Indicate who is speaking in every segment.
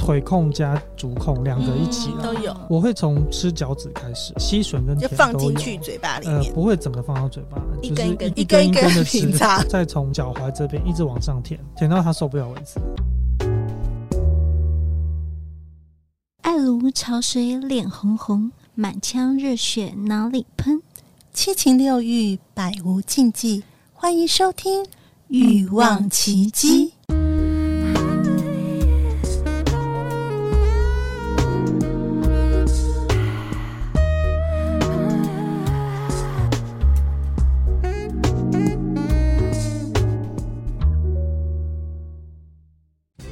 Speaker 1: 腿控加足控两个一起
Speaker 2: 嗯
Speaker 1: 啦。
Speaker 2: 都有
Speaker 1: 我会从吃饺子开始，吸吮跟
Speaker 3: 就
Speaker 1: 舔
Speaker 3: 放
Speaker 1: 都
Speaker 3: 进
Speaker 1: 有
Speaker 3: 去嘴巴里
Speaker 1: 呃
Speaker 3: 面，
Speaker 1: 不会整个放到嘴巴，
Speaker 3: 一
Speaker 1: 就是
Speaker 3: 根一根
Speaker 1: 一
Speaker 3: 一根
Speaker 1: 一
Speaker 3: 一
Speaker 1: 根
Speaker 3: 根
Speaker 1: 的
Speaker 3: 品
Speaker 1: 吃
Speaker 3: 尝，
Speaker 1: 再从脚踝这边一直往上舔，舔到他受不了为止。
Speaker 4: 爱如潮水，脸红红，满腔热血哪里喷？
Speaker 5: 七情六欲，百无禁忌。欢迎收听《
Speaker 4: 欲望
Speaker 5: 奇
Speaker 4: 迹》。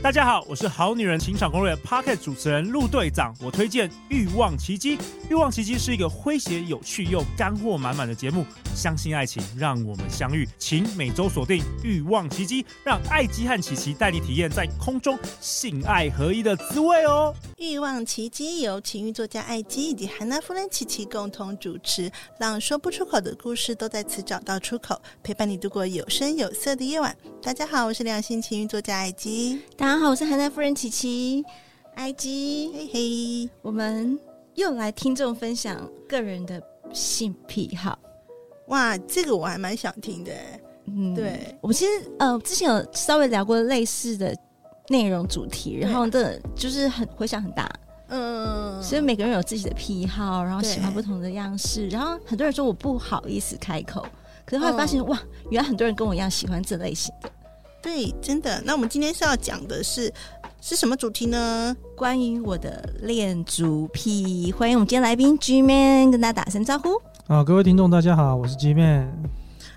Speaker 6: 大家好，我是《好女人情场攻略》Pocket 主持人陆队长。我推荐《欲望奇迹》，《欲望奇迹》是一个诙谐、有趣又干货满满的节目。相信爱情，让我们相遇。请每周锁定《欲望奇迹》，让艾姬和琪琪带你体验在空中性爱合一的滋味哦。
Speaker 5: 欲望奇迹》由情欲作家艾姬以及韩娜夫人琪琪共同主持，让说不出口的故事都在此找到出口，陪伴你度过有声有色的夜晚。大家好，我是良心情欲作家艾姬。
Speaker 2: 大家好，我是韩奈夫人琪琪，IG，
Speaker 5: 嘿嘿，
Speaker 2: 我们又来听众分享个人的性癖好。
Speaker 5: 哇，这个我还蛮想听的。
Speaker 2: 嗯，
Speaker 5: 对，
Speaker 2: 我其实呃之前有稍微聊过类似的内容主题，然后真的就是很回响很大，
Speaker 5: 嗯，
Speaker 2: 所以每个人有自己的癖好，然后喜欢不
Speaker 5: 对
Speaker 2: 同的样式，然后很多人说我不好意思开口，可是后来发现、哇，原来很多人跟我一样喜欢这类型的。
Speaker 5: 对，真的。那我们今天是要讲的是是什么主题呢？
Speaker 2: 关于我的恋足癖，欢迎我们今天来宾 G Man 跟大家打声招呼。
Speaker 1: 好，啊各位听众大家好，我是鸡面。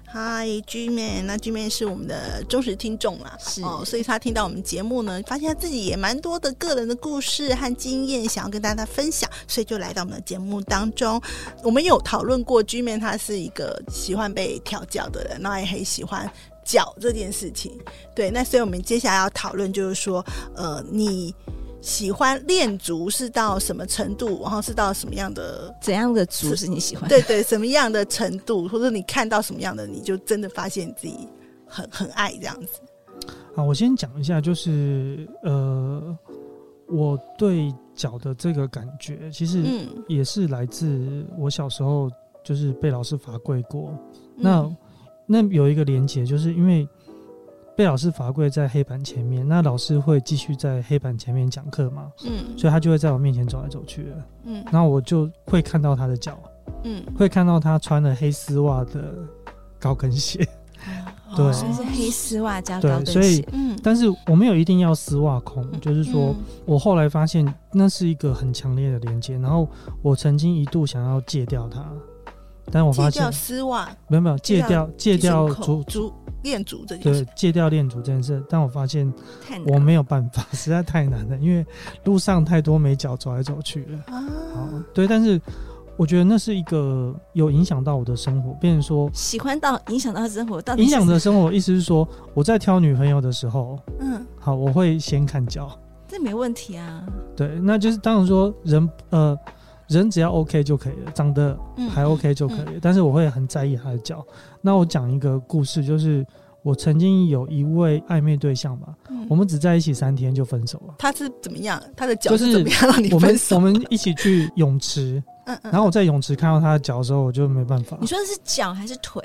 Speaker 5: 嗨，G Man，那 G Man 是我们的忠实听众啦，
Speaker 2: 是
Speaker 5: 哦，所以他听到我们节目呢，发现他自己也蛮多的个人的故事和经验想要跟大家分享，所以就来到我们的节目当中。我们有讨论过，G Man 他是一个喜欢被调教的人，然后也很喜欢。脚这件事情，对，那所以我们接下来要讨论就是说，呃，你喜欢练足是到什么程度，然后是到什么样的
Speaker 2: 怎样的足是你喜 欢？
Speaker 5: 对对，什么样的程度，或者你看到什么样的，你就真的发现自己很很爱这样子。
Speaker 1: 好，啊我先讲一下，就是呃，我对脚的这个感觉，其实
Speaker 5: 嗯，
Speaker 1: 也是来自我小时候就是被老师罚跪过。那
Speaker 5: 嗯
Speaker 1: 那有一个连接，就是因为被老师罚跪在黑板前面，那老师会继续在黑板前面讲课嘛，
Speaker 5: 嗯
Speaker 1: 所以他就会在我面前走来走去的，
Speaker 5: 嗯
Speaker 1: 然后我就会看到他的脚，
Speaker 5: 嗯，
Speaker 1: 会看到他穿了黑丝袜的高跟鞋，对
Speaker 5: 哦
Speaker 2: 所以是黑丝袜加
Speaker 1: 对
Speaker 2: 高跟
Speaker 1: 所以
Speaker 2: 鞋。
Speaker 5: 嗯，
Speaker 1: 但是我没有一定要丝袜控，就是说我后来发现那是一个很强烈的连接，然后我曾经一度想要戒掉它，但我
Speaker 5: 嗯，
Speaker 1: 发
Speaker 5: 戒
Speaker 1: 现
Speaker 5: 掉丝袜，
Speaker 1: 没有没有戒
Speaker 5: 戒
Speaker 1: 掉戒掉足
Speaker 5: 足足练足这件
Speaker 1: 对
Speaker 5: 事。
Speaker 1: 戒掉恋足这件事，但我发现
Speaker 2: 太难
Speaker 5: 嗯
Speaker 1: 我没有办法，实在太难了，因为路上太多美脚走来走去了。
Speaker 5: 啊，
Speaker 1: 好，对，但是我觉得那是一个有影响到我的生
Speaker 5: 啊
Speaker 1: 活，变成说
Speaker 2: 喜欢到影响到生活，到底
Speaker 1: 影响
Speaker 2: 是
Speaker 1: 的生活，意思是说我在挑女朋友的时候，
Speaker 5: 嗯，
Speaker 1: 好，我会先看脚，
Speaker 2: 这没问题啊。
Speaker 1: 对，那就是当然说人呃人只要 OK 就可以了，长得
Speaker 5: 嗯
Speaker 1: 还 OK 就可以了，但是我会很在意他的脚。那我讲一个故事，就是我曾经有一位暧昧对象吧，
Speaker 5: 嗯
Speaker 1: 我们只在一起三天就分手了。
Speaker 5: 他是怎么样？他的脚
Speaker 1: 就是是
Speaker 5: 怎么样让你
Speaker 1: 我们
Speaker 5: 分手？
Speaker 1: 我们一起去泳池，
Speaker 5: 嗯嗯，
Speaker 1: 然后我在泳池看到他的脚的时候，我就没办法
Speaker 2: 你。说的是脚还是腿？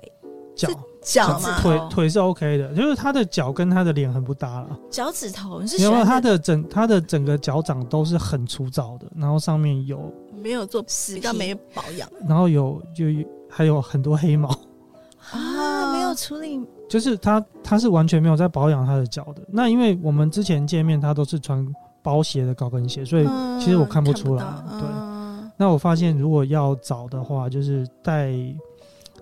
Speaker 1: 脚
Speaker 5: 脚
Speaker 2: 是
Speaker 5: 嘛，
Speaker 1: 腿
Speaker 2: 哦
Speaker 1: 腿是 OK 的，就是他的脚跟他的脸很不搭了。
Speaker 2: 脚趾头？你是喜
Speaker 1: 然后
Speaker 2: 欢
Speaker 1: 啊他的整他的整个脚掌都是很粗糙的，然后上面有，
Speaker 5: 没有做
Speaker 2: 死
Speaker 5: 比较
Speaker 2: 皮
Speaker 5: 没保养
Speaker 1: 然后有就有还有很多黑毛，
Speaker 2: 啊？没有处理
Speaker 1: 就是他他是完全没有在保养他的脚的。那因为我们之前见面他都是穿包鞋的高跟鞋，所以
Speaker 5: 嗯
Speaker 1: 其实我看不出来。
Speaker 5: 看不到
Speaker 1: 对，
Speaker 5: 嗯
Speaker 1: 那我发现如果要找的话，就是带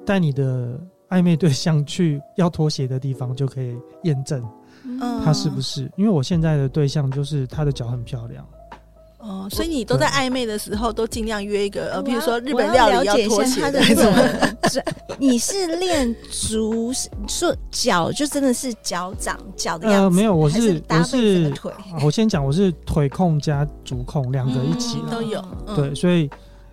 Speaker 1: 带你的暧昧对象去要脱鞋的地方就可以验证
Speaker 5: 嗯
Speaker 1: 他是不是。因为我现在的对象就是他的脚很漂 亮，
Speaker 5: 哦，所以你都在暧昧的时候都尽量约一个，呃，比如说日
Speaker 2: 我
Speaker 5: 本
Speaker 2: 要
Speaker 5: 料
Speaker 2: 了
Speaker 5: 理
Speaker 2: 解一
Speaker 5: 脱
Speaker 2: 下
Speaker 5: 鞋
Speaker 2: 他的
Speaker 5: 那种。
Speaker 2: 这种你是练足，是说脚就真的是脚掌脚的样子？
Speaker 1: 呃没有我是
Speaker 2: 还是搭配整个腿
Speaker 1: 啊我先讲，我是腿控加足控两个一起
Speaker 2: 嗯
Speaker 1: 啦
Speaker 5: 都有，嗯
Speaker 1: 对，，所以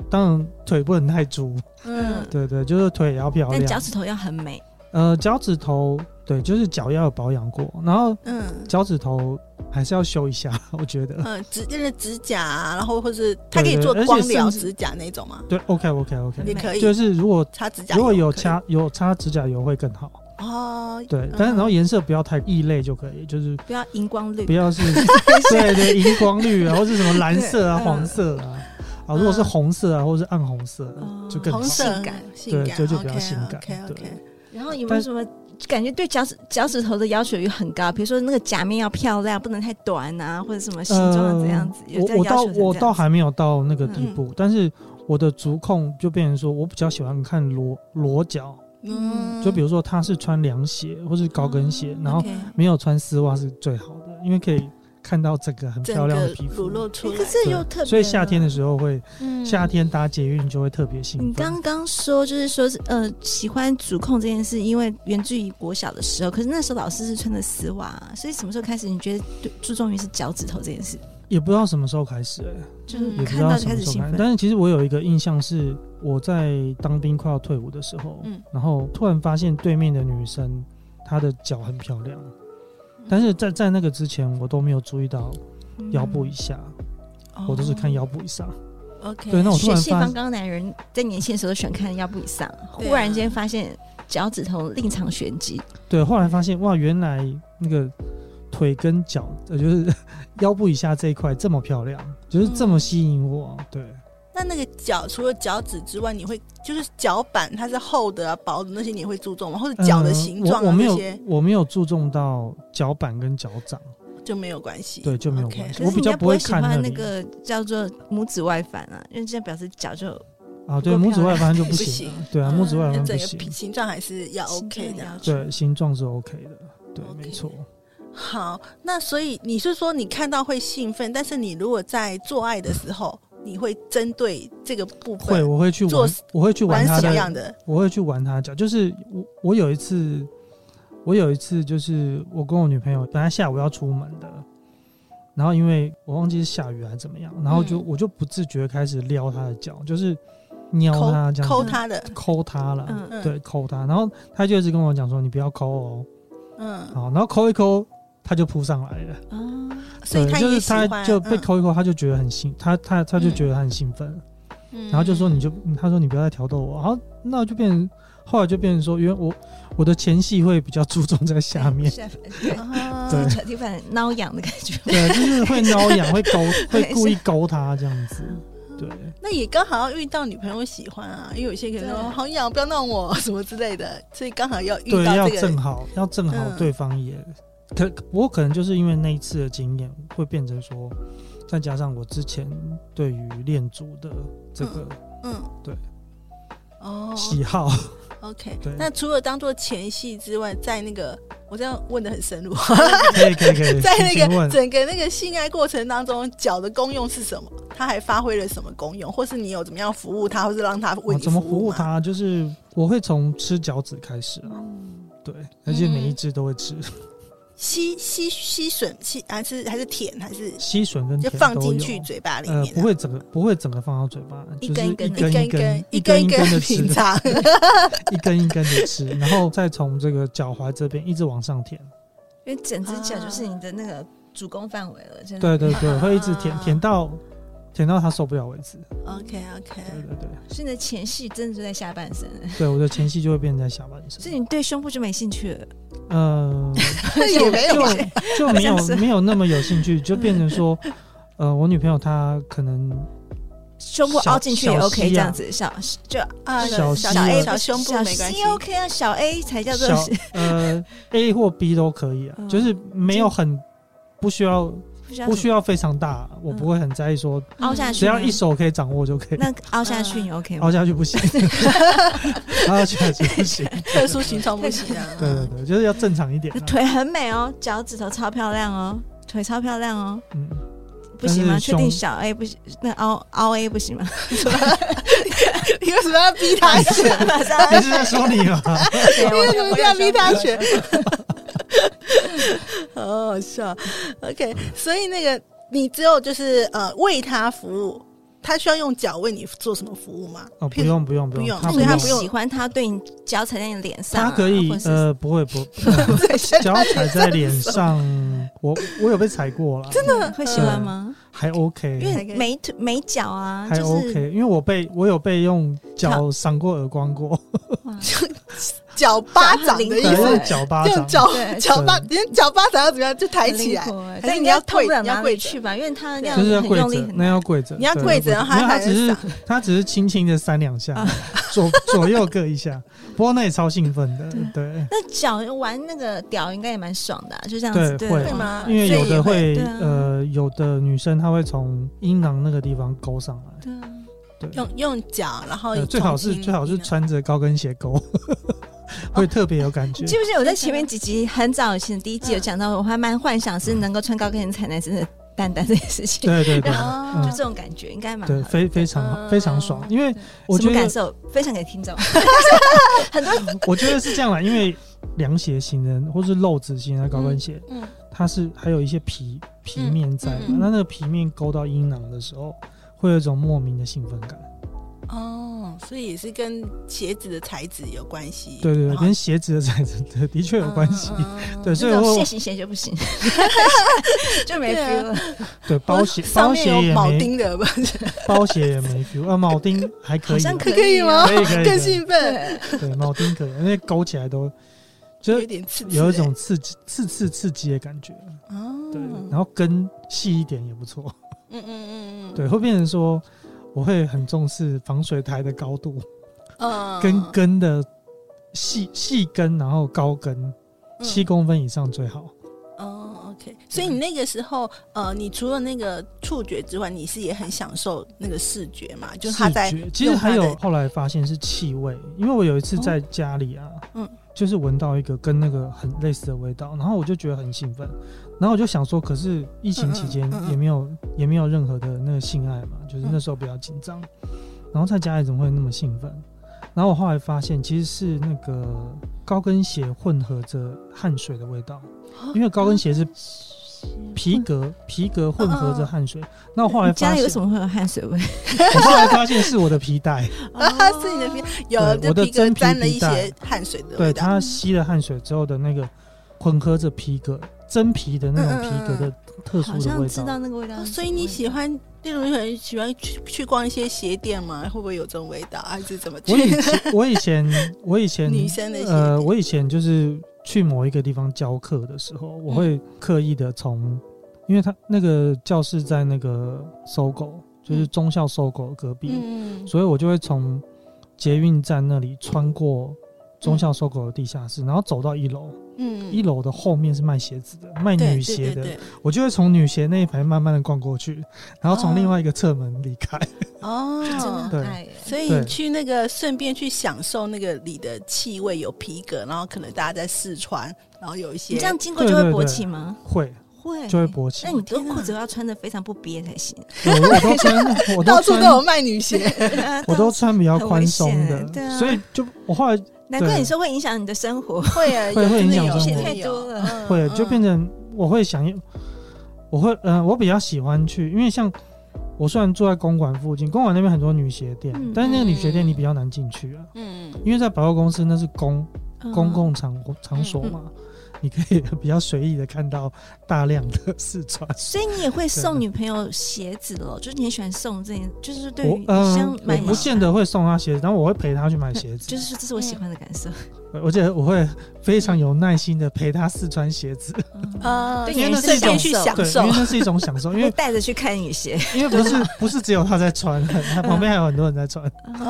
Speaker 1: 当然腿不能太足，
Speaker 5: 嗯
Speaker 1: 对对，就是腿也要漂
Speaker 2: 但
Speaker 1: 亮
Speaker 2: 脚。趾头要很美。
Speaker 1: 呃，脚趾头对，就是脚要有保养过，然后
Speaker 5: 嗯。
Speaker 1: 脚趾头还是要修一下，我觉得。
Speaker 5: 嗯，指就是指甲、啊，然后或是它可以
Speaker 1: 对对
Speaker 5: 做
Speaker 1: 而且
Speaker 5: 光疗
Speaker 1: 甚至
Speaker 5: 指甲那种吗？
Speaker 1: 对，OK OK OK，
Speaker 5: 也可以，
Speaker 1: 就是如果
Speaker 5: 擦指甲油可以。
Speaker 1: 如果有擦有擦指甲油会更好，
Speaker 5: 哦，
Speaker 1: 对
Speaker 5: 嗯，
Speaker 1: 但是然后颜色不要太异类就可以，就是
Speaker 2: 不要荧光绿
Speaker 1: 不，要是对对荧光绿啊，或是什么蓝色啊、
Speaker 5: 对嗯
Speaker 1: 黄色啊，啊，如果是红色啊，或是暗红色
Speaker 5: 哦
Speaker 1: 就更好
Speaker 5: 红色
Speaker 2: 性感，
Speaker 5: 性感，
Speaker 1: 对就比较性感
Speaker 5: OK OK，
Speaker 2: 然后有没有
Speaker 1: 但
Speaker 2: 什么感觉对脚趾脚趾头的要求也很高？比如说那个夹面要漂亮，不能太短啊，或者什么形状这样子。有这
Speaker 1: 呃我我
Speaker 2: 样要
Speaker 1: 到
Speaker 2: 求成这样
Speaker 1: 我
Speaker 2: 子
Speaker 1: 倒还没有到那个地步，但是我的足控就变成说，我比较喜欢看裸裸脚，
Speaker 5: 嗯
Speaker 1: 就比如说他是穿凉鞋或是高跟鞋，
Speaker 2: 嗯
Speaker 1: 然
Speaker 2: 哦
Speaker 1: 后
Speaker 5: OK
Speaker 1: 没有穿丝袜是最好的，因为可以看到整个很漂
Speaker 5: 整
Speaker 1: 亮
Speaker 5: 个
Speaker 1: 的皮
Speaker 5: 乳
Speaker 1: 肤。
Speaker 5: 露出来
Speaker 2: 可，是又
Speaker 1: 对，
Speaker 2: 特别了，
Speaker 1: 所以夏天的时候会，
Speaker 4: 嗯
Speaker 1: 夏天搭捷运就会特别兴奋。
Speaker 2: 你刚刚说就是说是呃喜欢主控这件事，因为源自于国小的时候，可是那时候老师是穿的丝袜啊，所以什么时候开始你觉得对注重于是脚趾头这件事？
Speaker 1: 也不知道什么时候开始、欸，
Speaker 2: 就是
Speaker 1: 也不
Speaker 2: 嗯看
Speaker 1: 知道
Speaker 2: 到就
Speaker 1: 什
Speaker 2: 开
Speaker 1: 么
Speaker 2: 始
Speaker 1: 时候
Speaker 2: 兴
Speaker 1: 开始。
Speaker 2: 奋，
Speaker 1: 但是其实我有一个印象是，我在当兵快要退伍的时候，
Speaker 5: 嗯
Speaker 1: 然后突然发现对面的女生她的脚很漂亮，
Speaker 2: 嗯
Speaker 1: 但是在在那个之前我都没有注意到腰部以下，
Speaker 2: 嗯
Speaker 1: 我都是看腰部以上。
Speaker 5: 哦 OK，
Speaker 1: 对，那我突
Speaker 2: 学
Speaker 1: 然
Speaker 2: 西
Speaker 1: 发
Speaker 2: 方刚男人在年轻的时候都喜欢看腰部以上，
Speaker 5: 对啊
Speaker 2: 忽然间发现脚趾头另藏玄机，
Speaker 1: 对，后来发现哇，原来那个腿跟脚，呃，就是 腰部以下这一块这么漂亮，就是这么吸引我。对，
Speaker 5: 那那个脚除了脚趾之外，你会就是脚板它是厚的啊、薄的那些，你也会注重吗？或者 脚的
Speaker 1: 呃
Speaker 5: 形状
Speaker 1: 我我
Speaker 5: 啊
Speaker 1: 没
Speaker 5: 那
Speaker 1: 有
Speaker 5: 些
Speaker 1: 我没有注重到脚板跟脚掌，
Speaker 5: 就没有关系。
Speaker 1: 对就没有
Speaker 5: OK
Speaker 1: 关系
Speaker 2: 可
Speaker 1: 我
Speaker 2: 是
Speaker 1: 比
Speaker 2: 你应
Speaker 1: 较
Speaker 2: 该
Speaker 1: 不
Speaker 2: 会
Speaker 1: 会
Speaker 2: 喜
Speaker 1: 看
Speaker 2: 欢
Speaker 1: 那
Speaker 2: 那
Speaker 1: 里
Speaker 2: 个叫做拇指外翻啊，因为这样表示脚就
Speaker 1: 啊，对，
Speaker 2: 不够
Speaker 1: 拇指
Speaker 2: 漂
Speaker 1: 外翻就不
Speaker 5: 不
Speaker 1: 行了
Speaker 5: 行，
Speaker 1: 对啊，
Speaker 5: 嗯
Speaker 1: 拇指外
Speaker 5: 那
Speaker 1: 翻不
Speaker 5: 整个
Speaker 1: 行
Speaker 5: 皮，形状还是要
Speaker 2: 形状
Speaker 5: 啊 OK
Speaker 2: 也要
Speaker 5: 的。
Speaker 1: 对，形状是 OK 的，对，
Speaker 5: OK
Speaker 1: 没错，
Speaker 5: 好，那所以你是说你看到会兴奋，但是你如果在做爱的时候，你会针对这个部
Speaker 1: 会，
Speaker 5: 分
Speaker 1: 我会去
Speaker 5: 做
Speaker 1: 玩，我会去玩
Speaker 5: 玩
Speaker 1: 它
Speaker 5: 什么样
Speaker 1: 的，
Speaker 5: 的？
Speaker 1: 我会去玩它的脚，就是我我有一次，我有一次就是我跟我女朋友本来下午要出门的。然后因为我忘记是下雨还是怎么样，然后就、
Speaker 5: 嗯
Speaker 1: 我就不自觉开始撩她的脚，就是 撩
Speaker 5: 抠
Speaker 1: 她这样
Speaker 5: 抠
Speaker 1: 子
Speaker 5: 它的，
Speaker 1: 抠她了，
Speaker 2: 嗯
Speaker 5: 嗯
Speaker 1: 对，抠她。然后她就一直跟我讲说：“你不要抠哦。”
Speaker 5: 嗯，
Speaker 1: 好，然后抠一抠，她就扑上来了。
Speaker 2: 啊，
Speaker 5: 所以
Speaker 1: 对
Speaker 5: 他
Speaker 1: 就是
Speaker 5: 也喜欢，
Speaker 1: 他就被
Speaker 5: 嗯，
Speaker 1: 抠一抠，他就觉得很兴，他他他就觉得他很兴奋，
Speaker 5: 嗯
Speaker 1: 然后就说你就他说你不要再挑逗我，然后那就变成后来就变成说，因为我我的前戏会比较注重在哎下 面，
Speaker 2: 下对，
Speaker 5: 啊
Speaker 1: 对
Speaker 2: 脚底板挠痒的感觉。
Speaker 1: 对，就是会挠痒，会 勾，会故意勾他这样子，对，
Speaker 5: 那也刚好要遇到女朋友喜欢啊，因为有些可能
Speaker 2: 对
Speaker 5: 说好痒，不要弄我 什么之类的，所以刚好要遇
Speaker 1: 对，
Speaker 5: 到
Speaker 1: 要
Speaker 5: 这
Speaker 1: 正
Speaker 5: 个。
Speaker 1: 好要正好
Speaker 5: 嗯
Speaker 1: 对方也可，不过可能就是因为那一次的经验，会变成说，再加上我之前对于恋足的这个
Speaker 5: 嗯，
Speaker 1: 对。
Speaker 5: 哦
Speaker 1: 喜 好，
Speaker 5: ，OK
Speaker 1: 对。
Speaker 5: 那除了当做前戏之外，在那个我这样问的很 深入，
Speaker 1: 可以可以可以，
Speaker 5: 在
Speaker 1: 请
Speaker 5: 那个
Speaker 1: 问
Speaker 5: 整个那个性爱过程当中，脚的功用是什么？它还发挥了什么功用？或是你有怎么样服务它，或是让它为
Speaker 1: 我
Speaker 5: 你
Speaker 1: 哦怎么服
Speaker 5: 服
Speaker 1: 务
Speaker 5: 吗？
Speaker 1: 它？就是我会从吃脚趾开始啊，
Speaker 5: 嗯
Speaker 1: 对，而且每一只都会吃，
Speaker 5: 吸吸吸吮吸还是还是舔还是
Speaker 1: 吸吮跟
Speaker 5: 就
Speaker 1: 甜
Speaker 5: 放
Speaker 1: 都
Speaker 5: 进
Speaker 1: 有
Speaker 5: 去嘴巴里
Speaker 1: 呃
Speaker 5: 面，
Speaker 1: 不
Speaker 5: 啊？
Speaker 1: 会整个不会整个放到嘴巴，
Speaker 2: 一
Speaker 1: 就是
Speaker 2: 根一
Speaker 1: 一
Speaker 2: 根的
Speaker 1: 根
Speaker 5: 一
Speaker 1: 根
Speaker 5: 根
Speaker 1: 一
Speaker 5: 根
Speaker 1: 一根的吃
Speaker 5: 品，尝，
Speaker 1: 一根一根的吃，然后再从这个脚踝这边一直往上舔，
Speaker 2: 因为整只脚
Speaker 5: 啊
Speaker 2: 就是你的那个主攻范围了，就是
Speaker 1: 对对对，会一直舔
Speaker 5: 啊
Speaker 1: 舔到舔到它受不了为止，
Speaker 5: OK OK，
Speaker 1: 对对对，
Speaker 2: 所以你的前戏真的就在下半身了，
Speaker 1: 对我的前戏就会变成在下半
Speaker 2: 所
Speaker 1: 身，
Speaker 2: 以你对胸部就没兴趣了。
Speaker 1: 呃，
Speaker 5: 也没有吧
Speaker 1: 就没有
Speaker 2: 好像是
Speaker 1: 没有那么有兴趣，就变成说，呃，我女朋友她可 能
Speaker 2: 胸部凹进去也
Speaker 1: 小小
Speaker 2: OK，这
Speaker 1: 西啊
Speaker 2: 样子小就
Speaker 5: 啊，
Speaker 1: 小
Speaker 5: 小
Speaker 1: 西
Speaker 5: 小 A
Speaker 1: 啊
Speaker 5: 小胸部
Speaker 2: 小
Speaker 5: 没关系
Speaker 2: C。OK 啊，小 A 才叫做
Speaker 1: 小呃 A 或 B 都可以啊，
Speaker 2: 嗯
Speaker 1: 就是没有很不需要
Speaker 2: 不需要
Speaker 1: 不需
Speaker 2: 要
Speaker 1: 要非常大，我不会很在意说，
Speaker 2: 凹嗯下去吗，
Speaker 1: 只要一手可以掌握就可以，
Speaker 2: 那凹下
Speaker 5: 啊
Speaker 2: 去你 OK 吗
Speaker 1: 凹？下去 不行，凹下去还是不行，
Speaker 5: 特殊形状不行啊。
Speaker 1: 对对对，就是要正常一点
Speaker 2: 那
Speaker 1: 啊，
Speaker 2: 腿很美哦，脚趾头超漂亮哦，腿超漂亮哦，
Speaker 1: 嗯，
Speaker 2: 不行吗？
Speaker 1: 但是
Speaker 2: 确
Speaker 1: 胸
Speaker 2: 定小 A 不行，那凹凹 A 不行 吗？
Speaker 5: 你为什么要逼 他选？
Speaker 2: 马上
Speaker 1: 你是在说你吗？
Speaker 5: 你为什么这样逼 他选？好好笑。OK，所以那个你只有就是呃为他服务，他需要用脚为你做什么服务吗？
Speaker 1: 哦，不
Speaker 5: 譬如，
Speaker 1: 用不用不
Speaker 5: 不用
Speaker 1: 他
Speaker 5: 所
Speaker 1: 不
Speaker 5: 以
Speaker 1: 用
Speaker 5: 他
Speaker 2: 你
Speaker 5: 不用
Speaker 2: 喜欢他对你脚踩在你脸上啊，
Speaker 1: 他可以
Speaker 2: 或者是
Speaker 1: 呃不会不呃脚踩在脸上，我我有被踩过了，真的
Speaker 2: 嗯
Speaker 1: 嗯
Speaker 2: 会喜欢吗？
Speaker 1: 还 OK，
Speaker 2: 因
Speaker 5: 还可
Speaker 2: 为
Speaker 5: 以
Speaker 2: 美腿美脚啊，
Speaker 1: 还
Speaker 2: 就是
Speaker 1: OK，因为我被我有被用脚赏过耳光过，
Speaker 2: 哇
Speaker 5: 脚巴掌的
Speaker 2: 很
Speaker 5: 意
Speaker 2: 灵
Speaker 1: 对，
Speaker 5: 思
Speaker 2: 活，
Speaker 1: 用脚巴
Speaker 5: 用
Speaker 1: 掌，
Speaker 5: 脚
Speaker 2: 对
Speaker 5: 脚巴，连脚巴掌要怎么样就抬
Speaker 2: 很
Speaker 5: 起
Speaker 2: 灵
Speaker 5: 来，
Speaker 2: 活欸，
Speaker 5: 是
Speaker 2: 但
Speaker 5: 你要
Speaker 2: 要
Speaker 5: 跪
Speaker 2: 痛不了
Speaker 5: 你要
Speaker 2: 哪
Speaker 5: 跪
Speaker 2: 里
Speaker 5: 着
Speaker 2: 去吧，因为他要
Speaker 1: 就是要
Speaker 2: 很
Speaker 1: 跪
Speaker 2: 用力
Speaker 1: 着，
Speaker 2: 很
Speaker 1: 那
Speaker 2: 难
Speaker 1: 要跪着，
Speaker 5: 你要
Speaker 1: 对
Speaker 5: 跪着
Speaker 1: 要
Speaker 5: 然后他
Speaker 1: 因为他
Speaker 5: 才能
Speaker 1: 只是
Speaker 5: 赏
Speaker 1: 他只是轻轻的三两下，左左右各一下，不过那也超兴奋的，对。
Speaker 2: 那脚玩那个屌应该也蛮爽的啊，就这样
Speaker 1: 对
Speaker 2: 子，对
Speaker 1: 会
Speaker 2: 对
Speaker 5: 会吗
Speaker 1: 因为
Speaker 5: 所以
Speaker 1: 有
Speaker 5: 也
Speaker 1: 的
Speaker 5: 会
Speaker 1: 会
Speaker 2: 对啊，
Speaker 1: 呃，有的女生她会从阴囊那个地方勾上来，
Speaker 2: 对啊，
Speaker 1: 对，
Speaker 5: 用用脚，然后
Speaker 1: 呃最好
Speaker 5: 哦重啊
Speaker 1: 是
Speaker 5: 新
Speaker 1: 最好是
Speaker 5: 那个
Speaker 1: 穿着高跟鞋勾， 会特别有感 觉。
Speaker 2: 记不记得我在前面几集很早以前第一季有讲到，我还蛮幻想是能够穿高跟鞋踩男生的蛋蛋这件事情，
Speaker 1: 对对对，
Speaker 5: 哦
Speaker 2: 然后
Speaker 1: 嗯
Speaker 2: 就这种感觉应该蛮好
Speaker 1: 对，
Speaker 2: 的。
Speaker 1: 非非常好非常
Speaker 5: 嗯
Speaker 1: 爽，因为我
Speaker 2: 什
Speaker 1: 觉
Speaker 2: 么感
Speaker 1: 得
Speaker 2: 受？分享给听众。很多
Speaker 1: 我觉得是这样啦，因为凉鞋型的或是露趾型的高跟鞋，
Speaker 5: 嗯嗯
Speaker 1: 它是还有一些皮皮面在嘛，
Speaker 5: 嗯嗯嗯
Speaker 1: 那那个皮面勾到阴囊的时候，会有一种莫名的兴奋感。
Speaker 5: 哦，所以也是跟鞋子的材质有关系。啊嗯
Speaker 1: 对对
Speaker 5: 然
Speaker 1: 对，
Speaker 5: 后
Speaker 1: 跟鞋子的材质 对的确有关系。
Speaker 5: 嗯
Speaker 1: 对，所以
Speaker 2: 这种
Speaker 1: 我
Speaker 2: 现行鞋就 不行，就没
Speaker 5: 对啊
Speaker 2: feel 了。
Speaker 1: 对包鞋
Speaker 5: 上
Speaker 1: 包
Speaker 5: 面
Speaker 1: 鞋
Speaker 5: 有
Speaker 1: 也
Speaker 5: 铆
Speaker 1: 没
Speaker 5: 钉的，不是
Speaker 1: 包鞋也没 feel，啊，铆钉还可
Speaker 2: 好
Speaker 1: 以
Speaker 2: 像
Speaker 1: 啦，
Speaker 5: 可以吗？
Speaker 1: 可以可以
Speaker 5: 更
Speaker 1: 可以
Speaker 5: 兴奋，
Speaker 2: 对，
Speaker 1: 对，铆钉可以，因为勾起来都就
Speaker 5: 有
Speaker 1: 是
Speaker 5: 点刺激，
Speaker 1: 有一种刺激刺刺刺激的感觉。
Speaker 5: 哦，
Speaker 1: 对，
Speaker 5: 嗯
Speaker 1: 然后跟细一点也不错。
Speaker 5: 嗯嗯嗯，
Speaker 1: 对，会变成说我会很重视防水台的高度，
Speaker 5: 嗯，
Speaker 1: 跟跟的细细跟，然后高跟
Speaker 5: 嗯
Speaker 1: 七公分以上最好。
Speaker 5: 哦，OK，所以你那个时候，呃，你除了那个触觉之外，你是也很享受那个视觉嘛？就是他
Speaker 1: 视
Speaker 5: 在
Speaker 1: 觉其实
Speaker 5: 用它
Speaker 1: 还有
Speaker 5: 的哦
Speaker 1: 后来发现是气味，因为我有一次在家里啊，
Speaker 5: 嗯
Speaker 1: 就是闻到一个跟那个很类似的味道，然后我就觉得很兴奋，然后我就想说，可是疫情期间
Speaker 5: 嗯嗯嗯嗯
Speaker 1: 也没有、也没有任何的那个性爱嘛，就是
Speaker 5: 嗯
Speaker 1: 那时候比较紧张，然后在家里怎么会那么兴奋？然后我后来发现其实是那个高跟鞋混合着汗水的味道，
Speaker 5: 哦
Speaker 1: 因为高跟鞋
Speaker 5: 嗯
Speaker 1: 是皮革皮革混合着汗水，那我后来
Speaker 2: 你家
Speaker 1: 发
Speaker 2: 里
Speaker 1: 现
Speaker 2: 为，什么会有汗水 味？
Speaker 1: 我后来发现是我的皮带。
Speaker 5: 啊，是你的皮有
Speaker 1: 对我的
Speaker 5: 皮革
Speaker 1: 真皮
Speaker 5: 沾了
Speaker 1: 皮
Speaker 5: 一
Speaker 1: 带
Speaker 5: 些汗水的
Speaker 1: 对，
Speaker 5: 味道，
Speaker 1: 它吸了汗水之后的那个混合着皮革真皮的那种皮
Speaker 5: 嗯
Speaker 1: 革的特殊
Speaker 2: 好
Speaker 1: 的
Speaker 2: 像
Speaker 1: 味
Speaker 2: 知道
Speaker 1: 道。
Speaker 2: 那个味道是什么味
Speaker 5: 哦
Speaker 2: 道，
Speaker 5: 所以你喜欢，例如很喜欢去去逛一些鞋店吗？会不会有这种味道？还是怎么去
Speaker 1: 我？以前，我以前，我以前，
Speaker 5: 女生的鞋
Speaker 1: 呃，
Speaker 5: 店
Speaker 1: 我以前就是去某一个地方教课的时候，我
Speaker 5: 嗯
Speaker 1: 会刻意的从，因为他那个教室在那个搜狗，就是中校搜狗隔壁，
Speaker 5: 嗯，
Speaker 1: 所以我就会从捷运站那里穿过中校搜狗的地下室，然后走到一楼，
Speaker 5: 嗯
Speaker 1: 一楼的后面是卖鞋子的，卖
Speaker 5: 对
Speaker 1: 女
Speaker 5: 对
Speaker 1: 鞋
Speaker 5: 对
Speaker 1: 的，
Speaker 5: 对
Speaker 1: 我就会从女鞋那一排慢慢的逛过去，然后
Speaker 5: 哦
Speaker 1: 从另外一个侧门离开。
Speaker 5: 哦，
Speaker 2: 真的
Speaker 1: 对
Speaker 2: 很爱耶。
Speaker 5: 所以
Speaker 1: 对
Speaker 5: 你去那个顺便去享受那个里的气味，有皮革，然后可能大家在试穿，然后有一些
Speaker 2: 你这样经过就
Speaker 1: 对
Speaker 2: 会
Speaker 1: 对
Speaker 2: 勃
Speaker 1: 对
Speaker 2: 起吗？
Speaker 1: 会
Speaker 2: 会
Speaker 1: 就会勃起
Speaker 2: 那，你这个
Speaker 5: 天哪
Speaker 2: 裤子要穿的非常不憋才 行，
Speaker 1: 我我都 穿，我
Speaker 5: 到
Speaker 1: 都
Speaker 5: 处都有
Speaker 1: 穿，
Speaker 5: 卖女鞋，
Speaker 2: 啊
Speaker 1: 我都穿比较宽松
Speaker 2: 很危险对
Speaker 1: 的，
Speaker 2: 啊
Speaker 1: 所以就我后来
Speaker 2: 难怪
Speaker 1: 对
Speaker 2: 你说会影响你的生活，
Speaker 5: 会啊，
Speaker 1: 会
Speaker 5: 有
Speaker 1: 会
Speaker 5: 真
Speaker 1: 影
Speaker 5: 的
Speaker 1: 响
Speaker 5: 有
Speaker 1: 生
Speaker 5: 真
Speaker 1: 活
Speaker 5: 的
Speaker 2: 太
Speaker 5: 有
Speaker 2: 多了
Speaker 5: 嗯
Speaker 1: 会啊
Speaker 5: 嗯
Speaker 1: 就变成我会想，我会嗯、我比较喜欢去，因为像我虽然住在公馆附近，公馆那边很多女鞋店
Speaker 2: 嗯，
Speaker 1: 但是那个女鞋店
Speaker 5: 嗯
Speaker 1: 你比较难进去啊，
Speaker 5: 嗯
Speaker 1: 因为在百货公司那是公公
Speaker 2: 嗯
Speaker 1: 共场场所嘛，你可以比较随意的看到大量的试穿。
Speaker 2: 所以你也会送女朋友鞋子咯，就是你很喜欢送这件，就是对
Speaker 1: 我
Speaker 2: 于
Speaker 1: 嗯
Speaker 2: 像，
Speaker 1: 我
Speaker 2: 买
Speaker 1: 不见得会送他鞋子，但我会陪他去买鞋子，
Speaker 2: 就是这是我喜欢的感受。
Speaker 1: 而且我会非常有耐心的陪他试穿鞋子，
Speaker 2: 嗯
Speaker 5: 啊，
Speaker 2: 对
Speaker 5: 因为
Speaker 1: 你
Speaker 5: 那
Speaker 1: 是一
Speaker 5: 顺便
Speaker 1: 种
Speaker 5: 去
Speaker 2: 享
Speaker 5: 享
Speaker 1: 对，
Speaker 5: 受
Speaker 1: 因为，那是一种享嗯受，因
Speaker 2: 会
Speaker 1: 为
Speaker 2: 带着去看女鞋，
Speaker 1: 因为不是不是只有他在穿，他旁边还有很多人在穿，
Speaker 2: 嗯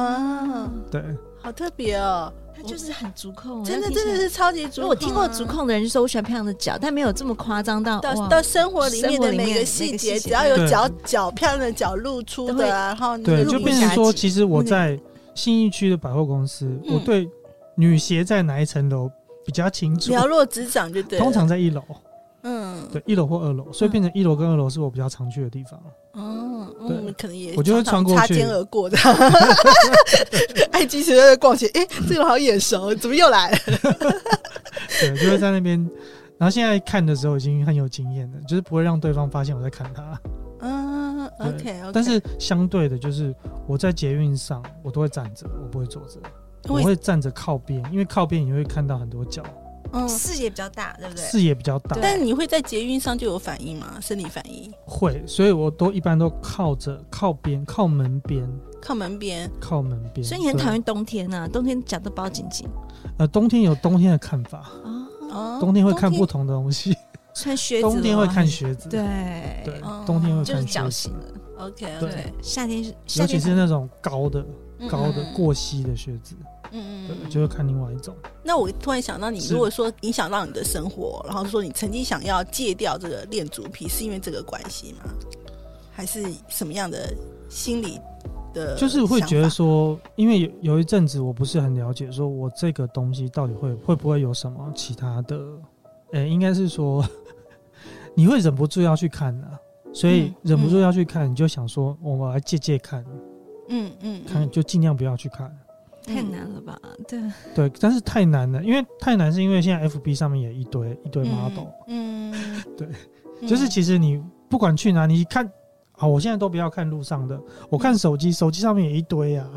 Speaker 5: 啊，
Speaker 1: 对，
Speaker 5: 好特别哦，
Speaker 2: 它就是很足控，
Speaker 5: 真
Speaker 2: 那
Speaker 5: 的
Speaker 2: 听起
Speaker 5: 真
Speaker 2: 来
Speaker 5: 的是。超级足
Speaker 2: 如果
Speaker 5: 控啊。
Speaker 2: 哎我听过足控的人就说我喜欢漂亮的脚，但没有这么夸张到
Speaker 5: 到
Speaker 2: 哇
Speaker 5: 到生活里面
Speaker 2: 生活
Speaker 5: 的
Speaker 2: 里
Speaker 5: 每
Speaker 2: 面
Speaker 5: 个
Speaker 2: 每
Speaker 5: 细
Speaker 2: 个
Speaker 5: 节，
Speaker 2: 细节
Speaker 5: 只要有
Speaker 1: 对
Speaker 5: 脚脚漂亮的脚露出
Speaker 2: 都会
Speaker 5: 的啊，然后那
Speaker 1: 对，
Speaker 5: 个
Speaker 1: 就
Speaker 5: 露
Speaker 1: 变
Speaker 5: 下
Speaker 1: 成说，
Speaker 5: 体
Speaker 1: 其实我
Speaker 2: 那个
Speaker 1: 在信义区的百货公司，我
Speaker 5: 嗯
Speaker 1: 对女鞋在哪一层楼比较清楚，
Speaker 5: 寥落指掌就对了。
Speaker 1: 通常在一楼，
Speaker 5: 嗯，
Speaker 1: 对，一楼或二楼，所以变成一楼跟二楼是我比较常去的地方。
Speaker 5: 嗯，
Speaker 1: 对
Speaker 5: 嗯，可能也
Speaker 1: 我就会
Speaker 5: 常常
Speaker 1: 穿过
Speaker 5: 擦
Speaker 1: 去
Speaker 5: 肩而过的。 爱机其实在逛街，哎，这个好眼熟，怎么又来了？
Speaker 1: 对，就会在那边。然后现在看的时候已经很有经验了，就是不会让对方发现我在看他。
Speaker 5: 嗯嗯
Speaker 1: 对
Speaker 5: ，OK OK，
Speaker 1: 但是相对的，就是我在捷运上，我都会站着，我不会坐着，我
Speaker 5: 为
Speaker 1: 会站着靠边，因为靠边你会看到很多脚，
Speaker 5: 嗯，
Speaker 2: 视野比较大，对不对？
Speaker 1: 视野比较大，
Speaker 5: 但你会在捷运上就有反应吗？生理反应，
Speaker 1: 会，所以我都一般都靠着靠边、靠门边、
Speaker 5: 靠门边，
Speaker 1: 靠门边。
Speaker 2: 所以你很
Speaker 1: 对
Speaker 2: 讨厌冬天呐、冬天脚都包紧紧
Speaker 1: 呃，冬天有冬天的看法，
Speaker 2: 哦，
Speaker 5: 哦，
Speaker 1: 冬天会看不同的东西，
Speaker 2: 穿靴子的话，哦
Speaker 1: 冬天会看靴子，
Speaker 2: 对
Speaker 1: 对
Speaker 5: 哦，
Speaker 1: 冬天会
Speaker 2: 就是
Speaker 1: 看
Speaker 2: 脚
Speaker 1: 靴
Speaker 2: 型
Speaker 1: 子，
Speaker 2: 了。
Speaker 5: ，OK
Speaker 1: 对
Speaker 5: OK，
Speaker 2: 夏天是，夏
Speaker 1: 尤其
Speaker 2: 天
Speaker 1: 是那种高的、高的
Speaker 5: 嗯，
Speaker 1: 过膝的靴子，
Speaker 5: 嗯嗯
Speaker 1: 对，
Speaker 5: 嗯，
Speaker 1: 就会看另外一种。
Speaker 5: 那我突然想到，你
Speaker 1: 是
Speaker 5: 如果说影响到你的生活，然后说你曾经想要戒掉这个恋足癖，是因为这个关系吗？还是什么样的心理的想法？
Speaker 1: 就是会觉得说，因为有有一阵子我不是很了解，说我这个东西到底会会不会有什么其他的，呃、应该是说 你会忍不住要去看的、所以
Speaker 5: 嗯
Speaker 1: 忍不住要去看，你就想说，我来借借看，
Speaker 5: 嗯，嗯嗯，
Speaker 1: 看就尽量不要去看。
Speaker 2: 太
Speaker 1: 嗯
Speaker 2: 难了吧？对，
Speaker 1: 对，但是太难了，因为太难是因为现在 FB 上面也一堆一堆 model，、
Speaker 5: 嗯，嗯，
Speaker 1: 对
Speaker 5: 嗯，
Speaker 1: 就是其实你不管去哪，你看啊，我现在都不要看路上的，我看手机，手机上面也一堆啊，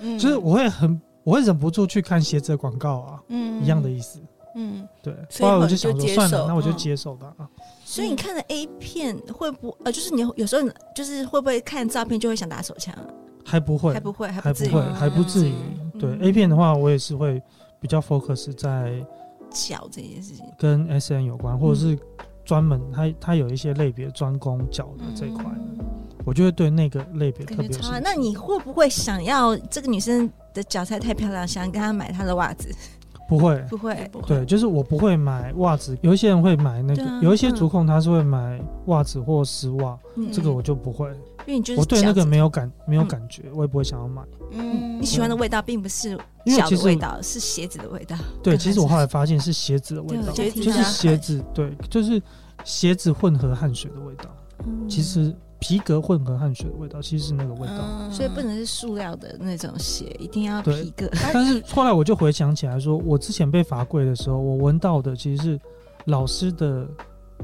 Speaker 5: 嗯
Speaker 1: 就是我会很我会忍不住去看鞋子的广告啊，
Speaker 5: 嗯
Speaker 1: 一样的，意思。
Speaker 5: 嗯
Speaker 1: 对，
Speaker 5: 所以
Speaker 1: 后来
Speaker 5: 后
Speaker 1: 我
Speaker 5: 来
Speaker 1: 就
Speaker 5: 就
Speaker 1: 想说
Speaker 5: 接
Speaker 1: 算了，
Speaker 5: 受
Speaker 1: 那我就
Speaker 5: 嗯
Speaker 1: 接受它啊。
Speaker 2: 所以你看了 A 片会不呃，就是你有时候就是会不会看照片就会想打手枪？
Speaker 1: 还不会，
Speaker 2: 还不会，还
Speaker 1: 还
Speaker 2: 至于
Speaker 1: 会，
Speaker 5: 吗
Speaker 1: 还不至于。对
Speaker 2: 嗯
Speaker 1: A 片的话，我也是会比较 focus 在
Speaker 2: 脚这件事情。
Speaker 1: 跟 SN 有关，或者
Speaker 2: 嗯
Speaker 1: 是专门它它有一些类别专攻脚的啊这一块的，我就会对那个类别
Speaker 2: 嗯感
Speaker 1: 特
Speaker 2: 觉
Speaker 1: 别有
Speaker 2: 超
Speaker 1: 兴
Speaker 2: 爱。
Speaker 1: 趣。
Speaker 2: 那你会不会想要这个女生的脚才太漂亮，想跟她买她的袜子？
Speaker 1: 不会？
Speaker 2: 不会，
Speaker 5: 不会
Speaker 1: 对，就是我不会买袜子，有一些人会买那个，
Speaker 2: 对啊
Speaker 1: 有一些
Speaker 2: 嗯
Speaker 1: 足控他是会买袜子或丝袜，
Speaker 2: 嗯
Speaker 1: 这个我就不会，
Speaker 2: 因为你就是
Speaker 1: 我对那
Speaker 2: 脚
Speaker 1: 个
Speaker 2: 趾
Speaker 1: 没有感没有
Speaker 2: 嗯
Speaker 1: 感觉，我也不会想要买。
Speaker 5: 嗯，
Speaker 2: 你喜欢的味道并不是
Speaker 1: 因为
Speaker 2: 脚
Speaker 1: 其
Speaker 2: 的
Speaker 1: 实
Speaker 2: 味道，是鞋子的味道。
Speaker 1: 对，
Speaker 2: 跟
Speaker 1: 其实
Speaker 2: 汗
Speaker 1: 我
Speaker 2: 水
Speaker 1: 后来发现是鞋子的味
Speaker 2: 对
Speaker 1: 道，
Speaker 2: 我觉得
Speaker 1: 就是鞋子，对，就是鞋子混合汗水的味道。
Speaker 2: 嗯
Speaker 1: 其实皮革混合汗水的味道，其实是那个味道。
Speaker 5: 嗯
Speaker 2: 所以不能是塑料的那种鞋，一定要
Speaker 1: 对
Speaker 2: 皮革。
Speaker 1: 但是后来我就回想起来说，我之前被罚跪的时候，我闻到的其实是老师的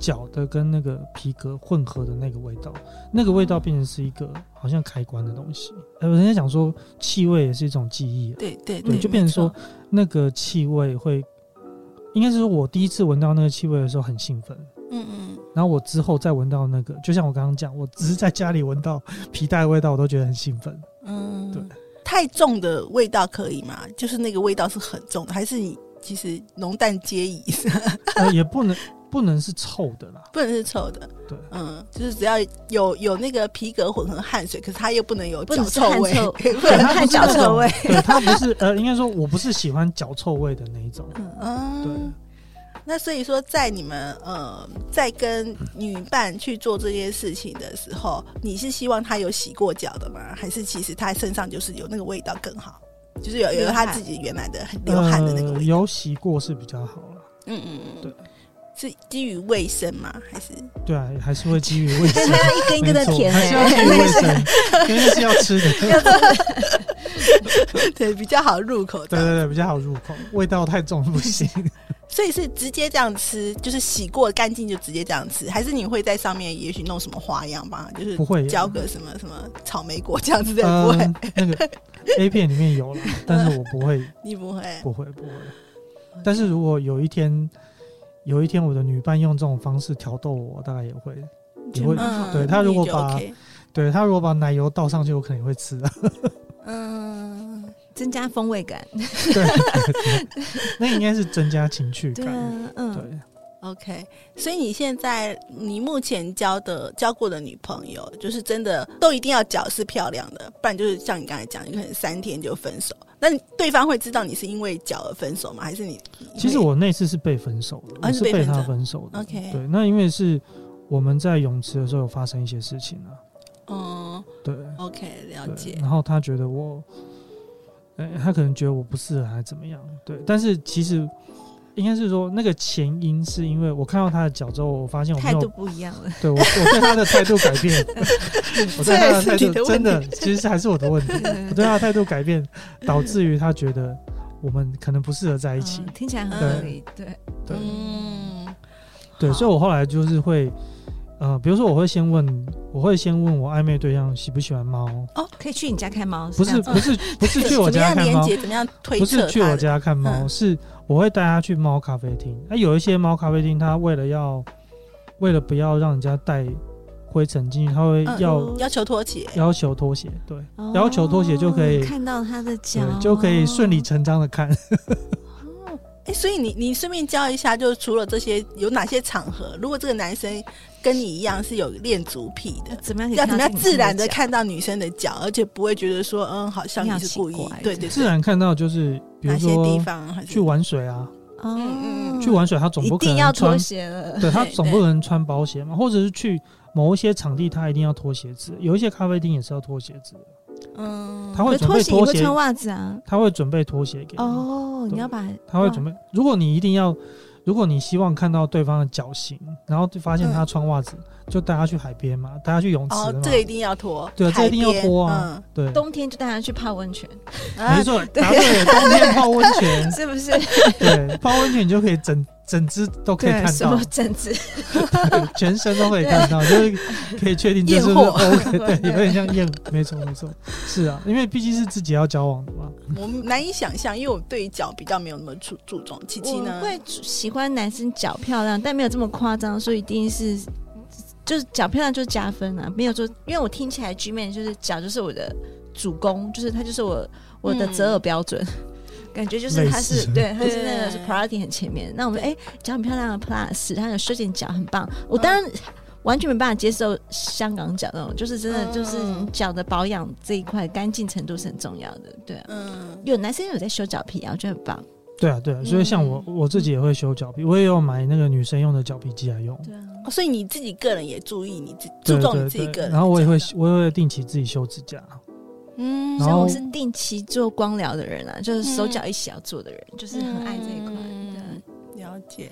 Speaker 1: 脚的跟那个皮革混合的那个味道，那个味道变成是一个好像开关的东西。呃，人家讲说气味也是一种记忆、啊，
Speaker 5: 对对
Speaker 1: 对，就变成说，那个气味会，应该是说我第一次闻到那个气味的时候很兴奋。
Speaker 5: 没错嗯嗯
Speaker 1: 然后我之后再闻到那个，就像我刚刚讲，我只是在家里闻到皮带的味道，我都觉得很兴奋。
Speaker 5: 嗯，
Speaker 1: 对。
Speaker 5: 太重的味道可以吗？就是那个味道是很重的，还是你其实浓淡皆宜，
Speaker 1: 呃，也不能不能是臭的啦，
Speaker 5: 不能是臭的？
Speaker 1: 对，
Speaker 5: 嗯，就是只要有有那个皮革混合汗水，可是它又不能有
Speaker 2: 不
Speaker 5: 脚
Speaker 2: 能是
Speaker 5: 臭
Speaker 2: 汗
Speaker 5: 味，
Speaker 2: 臭
Speaker 5: 不 能
Speaker 1: 它不
Speaker 2: 汗
Speaker 1: 是
Speaker 2: 脚
Speaker 1: 那
Speaker 2: 臭
Speaker 1: 种
Speaker 2: 味。
Speaker 1: 对，它不是呃，应该说我不是喜欢脚臭味的那一种。
Speaker 5: 嗯，那所以说，在你们呃，在跟女伴去做这件事情的时候，你是希望她有洗过脚的吗？还是其实她身上就是有那个味道更好？就是有有
Speaker 2: 流
Speaker 5: 她
Speaker 2: 汗
Speaker 5: 自己原来的很流汗的那个
Speaker 1: 呃，
Speaker 5: 味道？
Speaker 1: 有洗过是比较好啦。
Speaker 5: 嗯嗯嗯，
Speaker 1: 对。
Speaker 5: 是基于卫生吗？还是
Speaker 1: 对啊，还是会基于卫生，
Speaker 2: 它一根一根的
Speaker 1: 没错
Speaker 2: 舔
Speaker 1: 还是要
Speaker 2: 欸
Speaker 1: 基于卫生，因为是要吃的，
Speaker 5: 对比较好入口
Speaker 1: 对对
Speaker 5: 的？
Speaker 1: 对，比较好入口，味道太重不行。
Speaker 5: 所以是直接这样吃，就是洗过干净就直接这样吃，还是你会在上面也许弄什么花样吗？就是
Speaker 1: 不会
Speaker 5: 浇个什么什么草莓果酱之类的，
Speaker 1: 嗯，
Speaker 5: 不会，
Speaker 1: 那 个 A 片里面有了，但是我不会
Speaker 5: 你不会。
Speaker 1: 不会不会。
Speaker 5: 嗯
Speaker 1: 但是如果有一天，有一天我的女伴用这种方式挑逗我，大概也会，也会。
Speaker 5: 嗯，
Speaker 1: 对他如果
Speaker 5: 你就
Speaker 1: 把
Speaker 5: OK
Speaker 1: 对她如果把奶油倒上去，我肯定会吃的。啊
Speaker 5: 嗯，
Speaker 2: 增加风味感。
Speaker 1: 对，那应该是增加情趣
Speaker 2: 对
Speaker 1: 感。
Speaker 2: 啊，
Speaker 1: 对
Speaker 2: 嗯，
Speaker 5: OK，所以你现在你目前交的交过的女朋友，就是真的都一定要脚是漂亮的，不然就是像你刚才讲，你可能三天就分手。那你对方会知道你是因为脚而分手吗？还是你？
Speaker 1: 其实我那次是被分手的，我
Speaker 5: 啊是
Speaker 1: 是
Speaker 5: 被
Speaker 1: 被
Speaker 5: 分手
Speaker 1: 他分手的。
Speaker 5: OK
Speaker 1: 对，那因为是我们在泳池的时候有发生一些事情啊。
Speaker 5: 嗯
Speaker 1: 对，
Speaker 5: ，OK，了
Speaker 1: 对，
Speaker 5: 解。
Speaker 1: 然后他觉得我，呃、他可能觉得我不适合还是怎么样，对。但是其实应该是说那个前因是因为我看到他的脚之后，我发现我没
Speaker 2: 态度
Speaker 1: 有
Speaker 2: 不一样了。
Speaker 1: 对我我对他的态度改 变，我对他的态
Speaker 5: 这也是你的
Speaker 1: 度真的
Speaker 5: 问
Speaker 1: 其实还是我的问题，我 对他的态度改变导致于他觉得我们可能不适合在一起
Speaker 2: 嗯，听起来很合理。对，
Speaker 1: 对
Speaker 5: 嗯，
Speaker 1: 对，
Speaker 5: 好
Speaker 1: 所以我后来就是会。呃，比如说我会先问，我会先问我暧昧对象喜不喜欢猫，
Speaker 2: 哦，可以去你家看猫，
Speaker 1: 不是
Speaker 2: 这样
Speaker 1: 不
Speaker 2: 子
Speaker 1: 是不是去我 家
Speaker 5: 怎么样
Speaker 1: 看
Speaker 5: 连
Speaker 1: 猫，
Speaker 5: 接，怎么样推
Speaker 1: 不
Speaker 5: 测它
Speaker 1: 是
Speaker 5: 的？
Speaker 1: 去我家看猫，
Speaker 5: 嗯
Speaker 1: 是我会带他去猫咖啡厅。那、有一些猫咖啡厅，它为了要为了不要让人家带灰尘进去，它会
Speaker 5: 嗯
Speaker 1: 要、
Speaker 5: 要求脱鞋，
Speaker 1: 要求拖鞋，对，
Speaker 2: 哦
Speaker 1: 要求脱鞋就可以
Speaker 2: 看到他的脚
Speaker 1: 对，，就可以顺
Speaker 5: 哦
Speaker 1: 理成章的看。
Speaker 5: 哎，所以你你顺便教一下，就是除了这些，有哪些场合，如果这个男生跟你一样是有恋足癖的，
Speaker 2: 怎么样可以
Speaker 5: 要
Speaker 2: 看
Speaker 5: 怎
Speaker 2: 到
Speaker 5: 么样
Speaker 2: 这个
Speaker 5: 自然的
Speaker 2: 脚
Speaker 5: 看到女生的脚，而且不会觉得说，嗯，好像你是故意
Speaker 2: 你好奇怪，
Speaker 5: 对对
Speaker 1: 自
Speaker 5: 对，
Speaker 1: 然看到就是，啊比
Speaker 5: 哪
Speaker 1: 如
Speaker 5: 些地
Speaker 1: 说
Speaker 5: 方还是
Speaker 1: 去玩水啊，
Speaker 2: 哦
Speaker 5: 嗯嗯嗯
Speaker 1: 去玩水，他总
Speaker 2: 一
Speaker 1: 不可
Speaker 2: 定要
Speaker 1: 能穿
Speaker 2: 脱，鞋了。
Speaker 1: 对他
Speaker 5: 对
Speaker 1: 总不可能穿包鞋嘛，或者是去某一些场地，他一定要脱鞋子，有一些咖啡厅也是要脱鞋子的，
Speaker 5: 嗯，
Speaker 1: 他会
Speaker 2: 可
Speaker 1: 准
Speaker 2: 拖
Speaker 1: 备
Speaker 2: 鞋也
Speaker 1: 拖
Speaker 2: 会
Speaker 1: 鞋
Speaker 2: 穿，袜子啊。
Speaker 1: 他会准备拖鞋给你。
Speaker 2: 哦，
Speaker 1: 对
Speaker 2: 你要把
Speaker 1: 他会准备。如果你一定要，如果你希望看到对方的脚型，然后就发现他穿袜子，就带他去海边嘛，带他去泳池嘛。
Speaker 5: 哦，这个一定要脱，
Speaker 1: 对啊，这
Speaker 5: 海
Speaker 1: 一定要
Speaker 5: 边
Speaker 1: 脱啊，对，
Speaker 2: 冬天就带他去泡温 泉，
Speaker 5: 嗯啊
Speaker 1: 没错，答对了，冬天泡温泉
Speaker 2: ，是不是？
Speaker 1: 对，泡温泉你就可以整整只都可以看
Speaker 2: 什
Speaker 1: 到
Speaker 2: 么，疹子？
Speaker 1: 对全身都可以看到，就是可以确定这是不
Speaker 5: 验
Speaker 1: 是 OK，对，
Speaker 2: 对
Speaker 1: 有点像验，没错没错，是啊，因为毕竟是自己要交往的嘛，
Speaker 5: 嗯我们难以想象，因为我对于脚比较没有那么注注重。琪琪
Speaker 2: 我
Speaker 5: 呢？
Speaker 2: 会喜欢男生脚漂亮，但没有这么夸张，说一定是就是脚漂亮就加分啊，没有说，因为我听起来 G man 就是脚就是我的主攻，就是他就是我我的择偶标准。感觉就是他
Speaker 1: 类
Speaker 2: 是
Speaker 1: 似
Speaker 2: 对，他是那个是
Speaker 5: 嗯对
Speaker 2: priority 很前面。那我们哎，脚、很漂亮的 plus，他有修剪脚很棒。我当然完全没办法接受香港脚那种，就是真的
Speaker 5: 嗯
Speaker 2: 就是你脚的保养这一块干净程度是很重要的。对啊，
Speaker 5: 嗯，
Speaker 2: 有男生有在修脚皮啊，我觉得很棒。
Speaker 1: 对啊对啊，所以像我我自己也会修脚皮，我也有买那个女生用的脚皮机来用，
Speaker 2: 对啊，
Speaker 5: 哦所以你自己个人也注意你自
Speaker 1: 对
Speaker 5: 注重
Speaker 1: 对
Speaker 5: 你自己
Speaker 1: 对
Speaker 5: 个人的脚的，
Speaker 1: 然后我也会，我也会定期自己修指甲。
Speaker 5: 嗯，
Speaker 1: 然
Speaker 2: 像
Speaker 1: 后
Speaker 2: 我是定期做光疗的人啊，就是手脚一起要做的人，就是很爱这一块。
Speaker 5: 嗯
Speaker 2: 对啊
Speaker 5: 了解。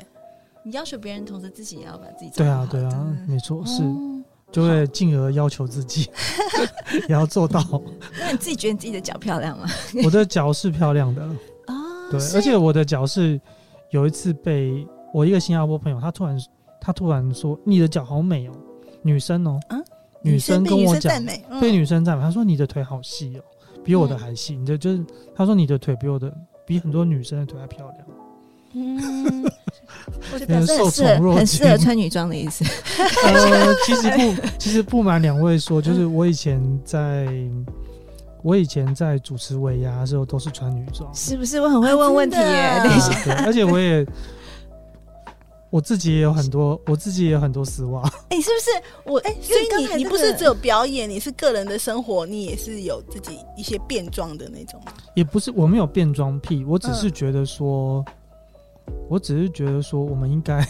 Speaker 2: 你要求别人，同时自己也要把自己做
Speaker 1: 对
Speaker 2: 好
Speaker 1: 啊，对啊，没错，是
Speaker 4: 哦
Speaker 1: 就会进而要求自 己也要做到。
Speaker 2: 那你自己觉得你自己的脚漂亮吗？
Speaker 1: 我的脚是漂亮的，
Speaker 2: 啊
Speaker 1: 对，而且我的脚是有一次被我一个新加坡朋友，他突然他突然说：“你的脚好美哦，女生哦，
Speaker 5: 嗯
Speaker 1: 女生
Speaker 5: 被
Speaker 1: 跟我
Speaker 5: 女生
Speaker 1: 讲
Speaker 5: 赞，美，嗯
Speaker 1: 被女生赞美，他说你的腿好细哦，比我的还细，你的就是他说你的腿比我的比很多女生的腿还漂亮。”
Speaker 5: 嗯，
Speaker 2: 我觉
Speaker 1: 呃
Speaker 2: 得
Speaker 1: 受
Speaker 2: 很适
Speaker 1: 宠若
Speaker 2: 合，很
Speaker 1: 惊
Speaker 2: 适合穿女装的意思。
Speaker 1: 呃，其实 不，其实不瞒两位说，就是我以前在，我以前在主持尾牙的时候都是穿女装，
Speaker 2: 是不是？我很会问问题耶、
Speaker 5: 啊真
Speaker 2: 等
Speaker 5: 的
Speaker 2: 一下，
Speaker 1: 对，而且我也，我自己也有很多，我自己也有很多丝袜，
Speaker 2: 哎、是不是？我哎、
Speaker 5: 哎，所以
Speaker 2: 刚
Speaker 5: 你
Speaker 2: 才
Speaker 5: 你
Speaker 2: 那
Speaker 5: 不是
Speaker 2: 个
Speaker 5: 只有表演，你是个人的生活，你也是有自己一些变装的那种。
Speaker 1: 也不是我没有变装癖，我只是
Speaker 5: 嗯
Speaker 1: 觉得说，我只是觉得说，我们应该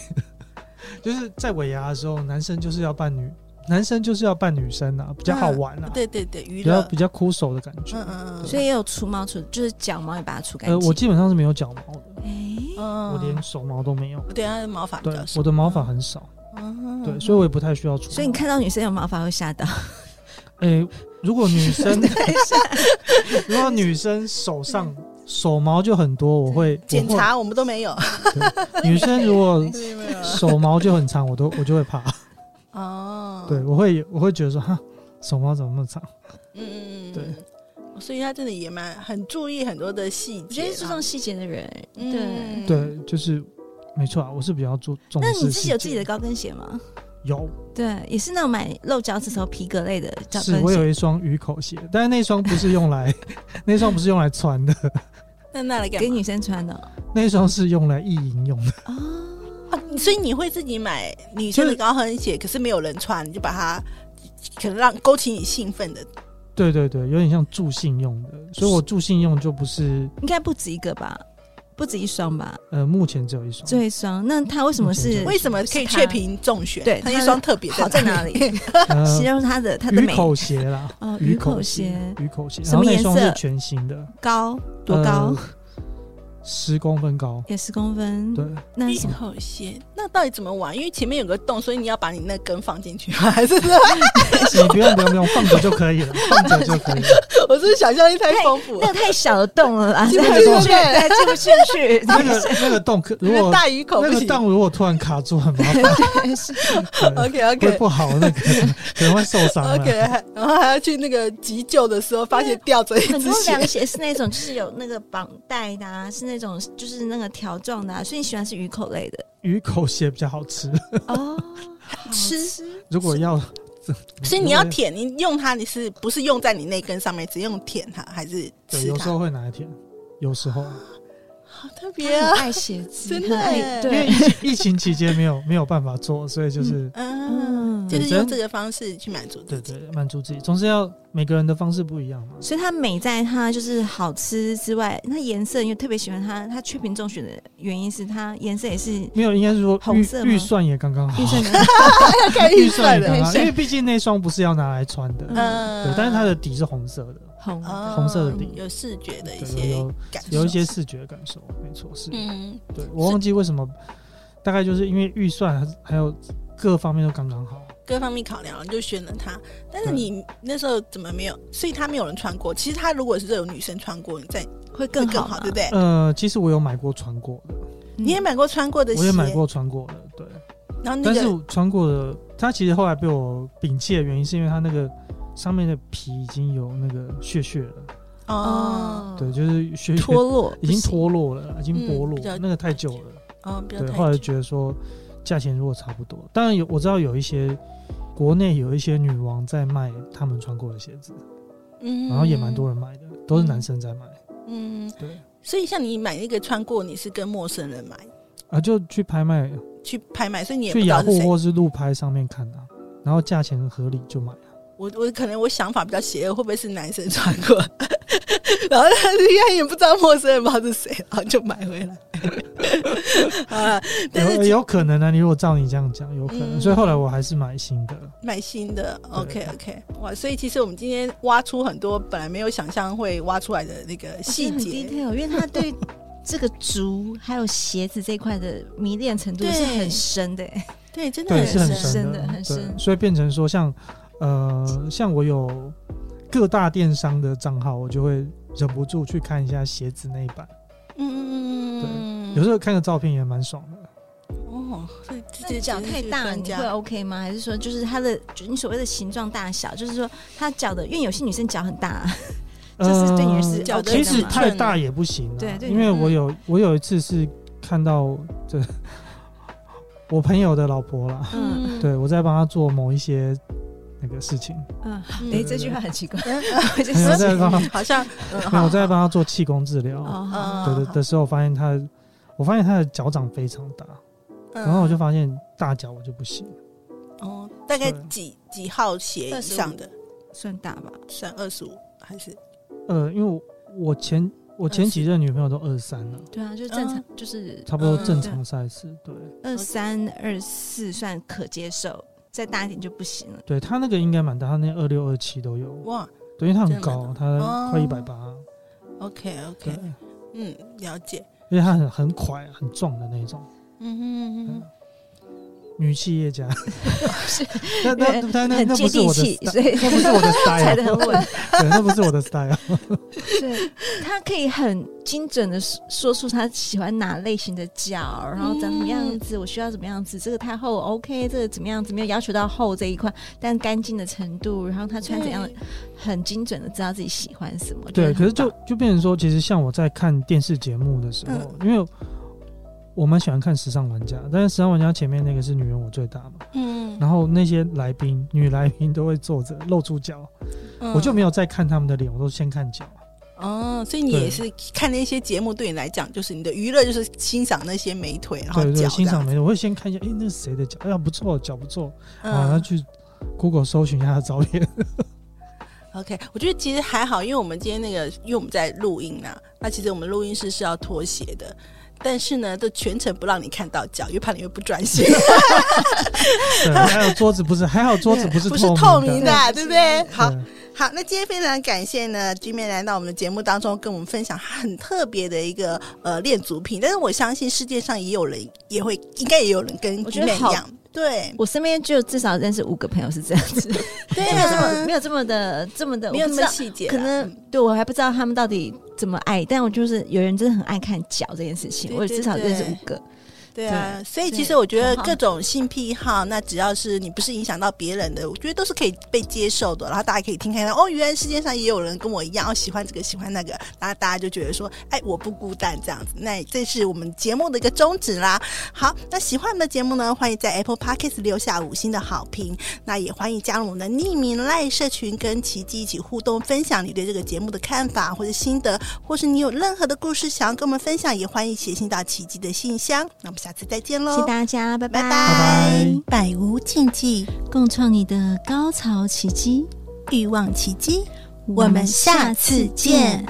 Speaker 1: 就是在尾牙的时候，男生就是要扮女，男生就是要扮女生啊，比较好玩啊，
Speaker 5: 嗯对对对，娱
Speaker 1: 比较
Speaker 5: 乐
Speaker 1: 比，较酷手的感觉。
Speaker 5: 嗯嗯嗯，
Speaker 2: 所以也有除毛除，就是脚毛也把它除干
Speaker 1: 呃，
Speaker 2: 净。
Speaker 1: 我基本上是没有脚毛的，
Speaker 2: 哎
Speaker 5: 嗯
Speaker 1: 我连手毛都没有。
Speaker 5: 对他的毛发比
Speaker 1: 对
Speaker 5: 较，少
Speaker 1: 我，的毛发很少，
Speaker 5: 嗯
Speaker 1: 对，所以我也不太需要除毛。
Speaker 2: 所以你看到女生有毛发会吓到，
Speaker 1: 诶，如果女 生，如果女生手上
Speaker 2: 嗯
Speaker 1: 手毛就很多，我会
Speaker 5: 检。查我们都没有，
Speaker 1: 我会女生如 果
Speaker 5: 没有
Speaker 1: 手毛就很长，我都我就会怕。
Speaker 2: 嗯
Speaker 5: 哦，
Speaker 1: 对，我会我会觉得说哈，手毛怎么那么长？
Speaker 5: 嗯嗯嗯，
Speaker 1: 对
Speaker 5: 对，所以他真的也蛮很注意很多的细节啦，
Speaker 2: 我觉得注重细节的人，
Speaker 5: 嗯
Speaker 2: 对。
Speaker 1: 对，就是没错啊，我是比较注重视
Speaker 2: 那
Speaker 1: 细节。
Speaker 2: 你自己有自己的高跟鞋吗？
Speaker 1: 有？
Speaker 2: 对，也是那种买露脚趾头皮革类的高
Speaker 1: 是
Speaker 2: 跟
Speaker 1: 我有
Speaker 2: 鞋。
Speaker 1: 一双鱼口鞋，但是那双不是用来， 那双不是用来穿的，
Speaker 5: 那那来干
Speaker 2: 给
Speaker 5: 嘛
Speaker 2: 女生穿的哦
Speaker 1: 那双是用来意淫用的。
Speaker 2: 哦，
Speaker 5: 哦所以你会自己买女生的高跟鞋，可是没有人穿，你就把它可能让勾起你兴奋的。
Speaker 1: 对对对，有点像助兴用的，所以我助兴用就不是
Speaker 2: 应该不止一个吧，不止一双吧，
Speaker 1: 呃，目前只有一双。
Speaker 2: 只有一双。那它为什么
Speaker 1: 嗯
Speaker 2: 是
Speaker 5: 为什么可以确评中选？
Speaker 2: 对
Speaker 5: 它
Speaker 2: 它
Speaker 5: 一
Speaker 2: 的
Speaker 5: 双 特别
Speaker 2: 好在哪 里？形
Speaker 1: 呃，
Speaker 2: 容它的它的
Speaker 1: 鱼
Speaker 2: 美
Speaker 1: 口鞋啦，
Speaker 2: 哦，
Speaker 1: 鱼
Speaker 2: 鱼口
Speaker 1: 鞋
Speaker 2: 鞋，
Speaker 1: 鱼口鞋，
Speaker 2: 什
Speaker 1: 然后
Speaker 2: 么
Speaker 1: 那
Speaker 2: 颜
Speaker 1: 双是
Speaker 2: 色
Speaker 1: 全新的，
Speaker 2: 高多高
Speaker 1: 呃？十公分高，
Speaker 2: 也十公分，
Speaker 1: 对，
Speaker 2: 那
Speaker 5: 一
Speaker 2: 什么
Speaker 5: 口血，那到底怎么玩？因为前面有个洞，所以你要把你那根放进 去吗？还是
Speaker 1: 你不用不用不用，放着就可以了，放着就可以了。
Speaker 5: 我是不是想象力太丰富
Speaker 2: 那
Speaker 5: 了？
Speaker 2: 个太小的洞了啦，
Speaker 5: 进不
Speaker 2: 那
Speaker 5: 进
Speaker 2: 个
Speaker 5: 去
Speaker 2: 对进不进 去，
Speaker 1: 那个那个洞可如
Speaker 5: 那
Speaker 1: 果
Speaker 5: 大鱼口
Speaker 1: 那
Speaker 5: 不
Speaker 1: 个
Speaker 5: 行。
Speaker 1: 洞如果突然卡住很麻烦，对
Speaker 5: OK
Speaker 1: 会
Speaker 5: OK
Speaker 1: 不啊好，那个可能会受伤的。
Speaker 5: OK，然后还要去那个急救的时候，发 现吊着一
Speaker 2: 很
Speaker 5: 只
Speaker 2: 多
Speaker 5: 血
Speaker 2: 凉。鞋是那种就是有那个绑带的啊，是那种就是那个条状的、啊，所以你喜欢是鱼口 类的
Speaker 1: 鱼口血比较好吃，
Speaker 2: 哦。
Speaker 5: 吃
Speaker 1: 如果要，
Speaker 5: 所以你要舔，你用它，你是不是用在你那根上面，只用舔它，还是
Speaker 1: 对，
Speaker 5: 吃
Speaker 1: 有时
Speaker 5: 它？
Speaker 1: 候会拿来舔，有时候
Speaker 5: 好特
Speaker 2: 他
Speaker 5: 别啊！
Speaker 2: 很爱写字，
Speaker 5: 真的
Speaker 2: 很
Speaker 5: 耶
Speaker 2: 爱
Speaker 1: 因为
Speaker 2: 对
Speaker 1: 疫，情疫 情期间没有没有办法做，所以就是
Speaker 5: 嗯，
Speaker 2: 嗯，
Speaker 5: 就是
Speaker 1: 对
Speaker 5: 用
Speaker 1: 真
Speaker 5: 这个方式去满足
Speaker 1: 对
Speaker 5: 自己。
Speaker 1: 对满足自己，总是要每个人的方式不一样嘛。
Speaker 2: 所以它美在它就是好吃之外，那颜色因为特别喜欢它，它缺品中选的原因是它颜色也是
Speaker 1: 没有，应该是说
Speaker 2: 红色
Speaker 1: 预
Speaker 2: 吗
Speaker 1: 预算也刚刚好
Speaker 2: 预，算
Speaker 5: 要看
Speaker 1: 预
Speaker 5: 预算
Speaker 1: 算也
Speaker 5: 的
Speaker 1: 刚
Speaker 5: 东
Speaker 1: 刚好，因
Speaker 5: 西。
Speaker 1: 为毕竟那双不是要拿来穿的，
Speaker 5: 嗯
Speaker 1: 对，但是它的底是红色的，
Speaker 2: 红的，
Speaker 5: 哦
Speaker 1: 红色的底
Speaker 5: 有视觉的一
Speaker 1: 对，有
Speaker 5: 些
Speaker 1: 有
Speaker 5: 感受，
Speaker 1: 有一些视觉感受，没错，是，
Speaker 5: 嗯，
Speaker 1: 对我忘记为什么，大概就是因为预算还还有各方面都刚刚好。
Speaker 5: 各方面考量就选了它。但是
Speaker 1: 对
Speaker 5: 你那时候怎么没有？所以它没有人穿过。其实它如果是有女生穿过，你再
Speaker 2: 会
Speaker 5: 更
Speaker 2: 更
Speaker 5: 更
Speaker 2: 好
Speaker 5: 好，
Speaker 2: 嘛，
Speaker 5: 对不对？
Speaker 1: 呃，其实我有买过穿过的，
Speaker 2: 嗯
Speaker 5: 你也买过穿过的鞋，
Speaker 1: 我也买过穿过的，对。
Speaker 5: 然后那
Speaker 1: 但是
Speaker 5: 个
Speaker 1: 我穿过的，它其实后来被我摒弃的原因，是因为它那个上面的皮已经有那个屑屑了，
Speaker 5: 哦
Speaker 2: 哦，
Speaker 1: 对，就是屑屑
Speaker 2: 脱落
Speaker 1: 已经
Speaker 2: 不行
Speaker 1: 脱落了，已经
Speaker 5: 嗯
Speaker 1: 剥落
Speaker 5: 比较
Speaker 1: 了，那个太久了。
Speaker 5: 哦，不要
Speaker 1: 对，
Speaker 5: 太
Speaker 1: 后来就
Speaker 5: 久
Speaker 1: 觉得说价钱如果差不多，当然有我知道有一些国内有一些女王在卖他们穿过的鞋子，
Speaker 5: 嗯
Speaker 1: 然后也蛮多人买的，都是男生在买。
Speaker 5: 嗯，
Speaker 1: 对
Speaker 5: 所以像你买那个穿过，你是跟陌生人买
Speaker 1: 啊，就去拍卖，
Speaker 5: 去拍卖，所以你也不
Speaker 1: 去
Speaker 5: 知
Speaker 1: 雅
Speaker 5: 道是
Speaker 1: 虎
Speaker 5: 谁。
Speaker 1: 或是路拍上面看啊，然后价钱合理就买啊。
Speaker 5: 我我可能我想法比较邪恶，会不会是男生穿过？ 然后他 应该也不知道陌生人不知道是谁，然后就买回来。 啊，但是
Speaker 1: 有有可能啊，你如果照你这样讲，有可能。
Speaker 5: 嗯
Speaker 1: 所以后来我还是买新的。
Speaker 5: 买新的，OK OK，哇！所以其实我们今天挖出很多本来没有想象会挖出来的那个细
Speaker 2: 很
Speaker 5: 节，
Speaker 2: detail，因为他对这个足还有鞋子这一块的迷恋程度
Speaker 5: 对
Speaker 2: 是很深的欸，
Speaker 5: 对，真的
Speaker 1: 对，
Speaker 5: 很
Speaker 1: 是
Speaker 5: 深
Speaker 1: 很
Speaker 2: 深
Speaker 1: 深
Speaker 2: 的
Speaker 1: 的，
Speaker 2: 很深
Speaker 1: 对，所以变成说像，呃，像我有各大电商的账号，我就会忍不住去看一下鞋子那一版，
Speaker 5: 嗯嗯嗯嗯，
Speaker 1: 有时候看个照片也蛮爽的。
Speaker 5: 哦，所以这
Speaker 2: 那
Speaker 5: 这
Speaker 2: 脚太大，你会 OK 吗？还是说就是它的，就你所谓的形状大小，就是说它脚的，因为有些女生脚很大啊，就是对你而是
Speaker 1: 呃
Speaker 5: 脚的
Speaker 1: 其
Speaker 5: 尺
Speaker 1: 实
Speaker 5: 寸
Speaker 1: 太
Speaker 5: 啊
Speaker 1: 大也不行、啊，
Speaker 2: 对对嗯
Speaker 1: 因为我有我有一次是看到这我朋友的老婆啦，
Speaker 2: 嗯
Speaker 1: 对我在帮她做某一些那个事情，
Speaker 2: 嗯，
Speaker 5: 嗯
Speaker 2: 哎，这句话很奇怪，
Speaker 5: 嗯
Speaker 2: 我就
Speaker 1: 没有
Speaker 2: 是
Speaker 1: 我在帮她，
Speaker 5: 好像，嗯，
Speaker 1: 没有
Speaker 5: 好
Speaker 1: 我在帮她做气功治疗，
Speaker 2: 哦，
Speaker 1: 对的的时候，发现她，我发现她的脚掌非常大，然
Speaker 2: 嗯
Speaker 1: 后我就发现大脚我就不行，
Speaker 5: 嗯哦，大概
Speaker 1: 对
Speaker 5: 几几号鞋以上的，
Speaker 2: 算大吧，
Speaker 5: 算二十五还是？
Speaker 1: 呃，因为我我前我前几任女朋友都二三了，
Speaker 2: 对啊，就是正常，就是
Speaker 1: 差不多
Speaker 5: 嗯
Speaker 1: 正常 size，对。
Speaker 2: 二三二四算可接受，再大一点就不行了。
Speaker 1: 对她那个应该蛮大，她那二六二七都有，
Speaker 5: 哇
Speaker 1: 对，因为她很
Speaker 5: 真的
Speaker 1: 高
Speaker 5: 吗，
Speaker 1: 她快
Speaker 5: 哦
Speaker 1: 一百八，
Speaker 5: ，OK
Speaker 1: 对
Speaker 5: OK，，嗯，了解，
Speaker 1: 因为她很很快很壮的那种
Speaker 5: 嗯哼嗯哼
Speaker 1: 女企业 家。那那那那
Speaker 2: 很
Speaker 1: 那
Speaker 2: 接
Speaker 1: 不是
Speaker 2: 地
Speaker 1: 我的
Speaker 2: 气，所
Speaker 1: style，
Speaker 2: 以
Speaker 1: 那不是我的
Speaker 2: 踩得很
Speaker 1: style，
Speaker 2: 稳。
Speaker 1: 对，那不是我的 style。
Speaker 2: 对， 他可以很精准的说出他喜欢哪类型的脚，然后怎么样子，我需要怎么样子，这个太厚，OK，这个怎么样子，没有要求到厚这一块，但干净的程度，然后他穿怎样，很精准的知道自己喜欢什么。
Speaker 1: 对，可是
Speaker 2: 觉得
Speaker 1: 就就变成说，其实像我在看电视节目的时候，
Speaker 5: 嗯
Speaker 1: 因为我蛮喜欢看《时尚玩家》，但是《时尚玩家》前面那个是女人我最大嘛，
Speaker 5: 嗯
Speaker 1: 然后那些来宾女来宾都会坐着露出脚，
Speaker 5: 嗯
Speaker 1: 我就没有再看他们的脸，我都先看脚。
Speaker 5: 哦，所以你
Speaker 1: 对
Speaker 5: 也是看那些节目，对你来讲就是你的娱乐就是欣赏那些美腿，然后
Speaker 1: 对
Speaker 5: 哦脚
Speaker 1: 对，欣赏
Speaker 5: 美
Speaker 1: 美，我会先看一下，哎，那是谁的脚？哎呀，不错，脚不错，啊，然后
Speaker 5: 嗯
Speaker 1: 去 Google 搜寻一下他的照片。
Speaker 5: ，OK，我觉得其实还好，因为我们今天那个，因为我们在录音啊，那其实我们录音室是要脱鞋的。但是呢，这全程不让你看到脚，因为怕你会不专心。
Speaker 1: 对，还有桌子不是，还好桌子不是
Speaker 5: 不是透
Speaker 1: 明
Speaker 5: 明啊
Speaker 1: 的。
Speaker 5: 的，对不对？好，
Speaker 1: 对
Speaker 5: 好，那今天非常感谢呢居妹来到我们的节目当中，跟我们分享很特别的一个呃恋足品，但是我相信世界上也有人也会，应该也有人跟
Speaker 2: 我觉
Speaker 5: 居
Speaker 2: 得
Speaker 5: 妹一
Speaker 2: 好
Speaker 5: 样，对
Speaker 2: 我身边就至少认识五个朋友是这样子，
Speaker 5: 对
Speaker 2: 没有这
Speaker 5: 啊
Speaker 2: 么没有这么的这么的，
Speaker 5: 没有
Speaker 2: 我
Speaker 5: 那
Speaker 2: 不知
Speaker 5: 么
Speaker 2: 道
Speaker 5: 细节啊嗯啦，
Speaker 2: 可能对我还不知道他们到底怎么爱，但我就是有人真的很爱看脚这件事情，
Speaker 5: 对
Speaker 2: 我
Speaker 5: 对
Speaker 2: 至少认识
Speaker 5: 对
Speaker 2: 五个。
Speaker 5: 对啊，所以
Speaker 2: 对
Speaker 5: 其实我觉得
Speaker 2: 同行
Speaker 5: 各种性癖好，那只要是你不是影响到别人的，我觉得都是可以被接受的。然后大家可以听看看，哦，原来世界上也有人跟我一样，哦，喜欢这个喜欢那个，然后大家就觉得说，哎，我不孤单这样子。那这是我们节目的一个宗旨啦。好，那喜欢我们的节目呢，欢迎在 Apple Podcast 留下五星的好评，那也欢迎加入我们的匿名赖社群，跟奇迹一起互动，分享你对这个节目的看法或者心得，或是你有任何的故事想要跟我们分享，也欢迎写信到奇迹的信箱。那我们下次再见喽，
Speaker 2: 谢谢大家，拜
Speaker 5: 拜
Speaker 2: 拜。
Speaker 5: 拜，百无禁忌，
Speaker 4: 共创你的高潮奇迹。
Speaker 5: 欲望奇迹。
Speaker 4: 我们下次见。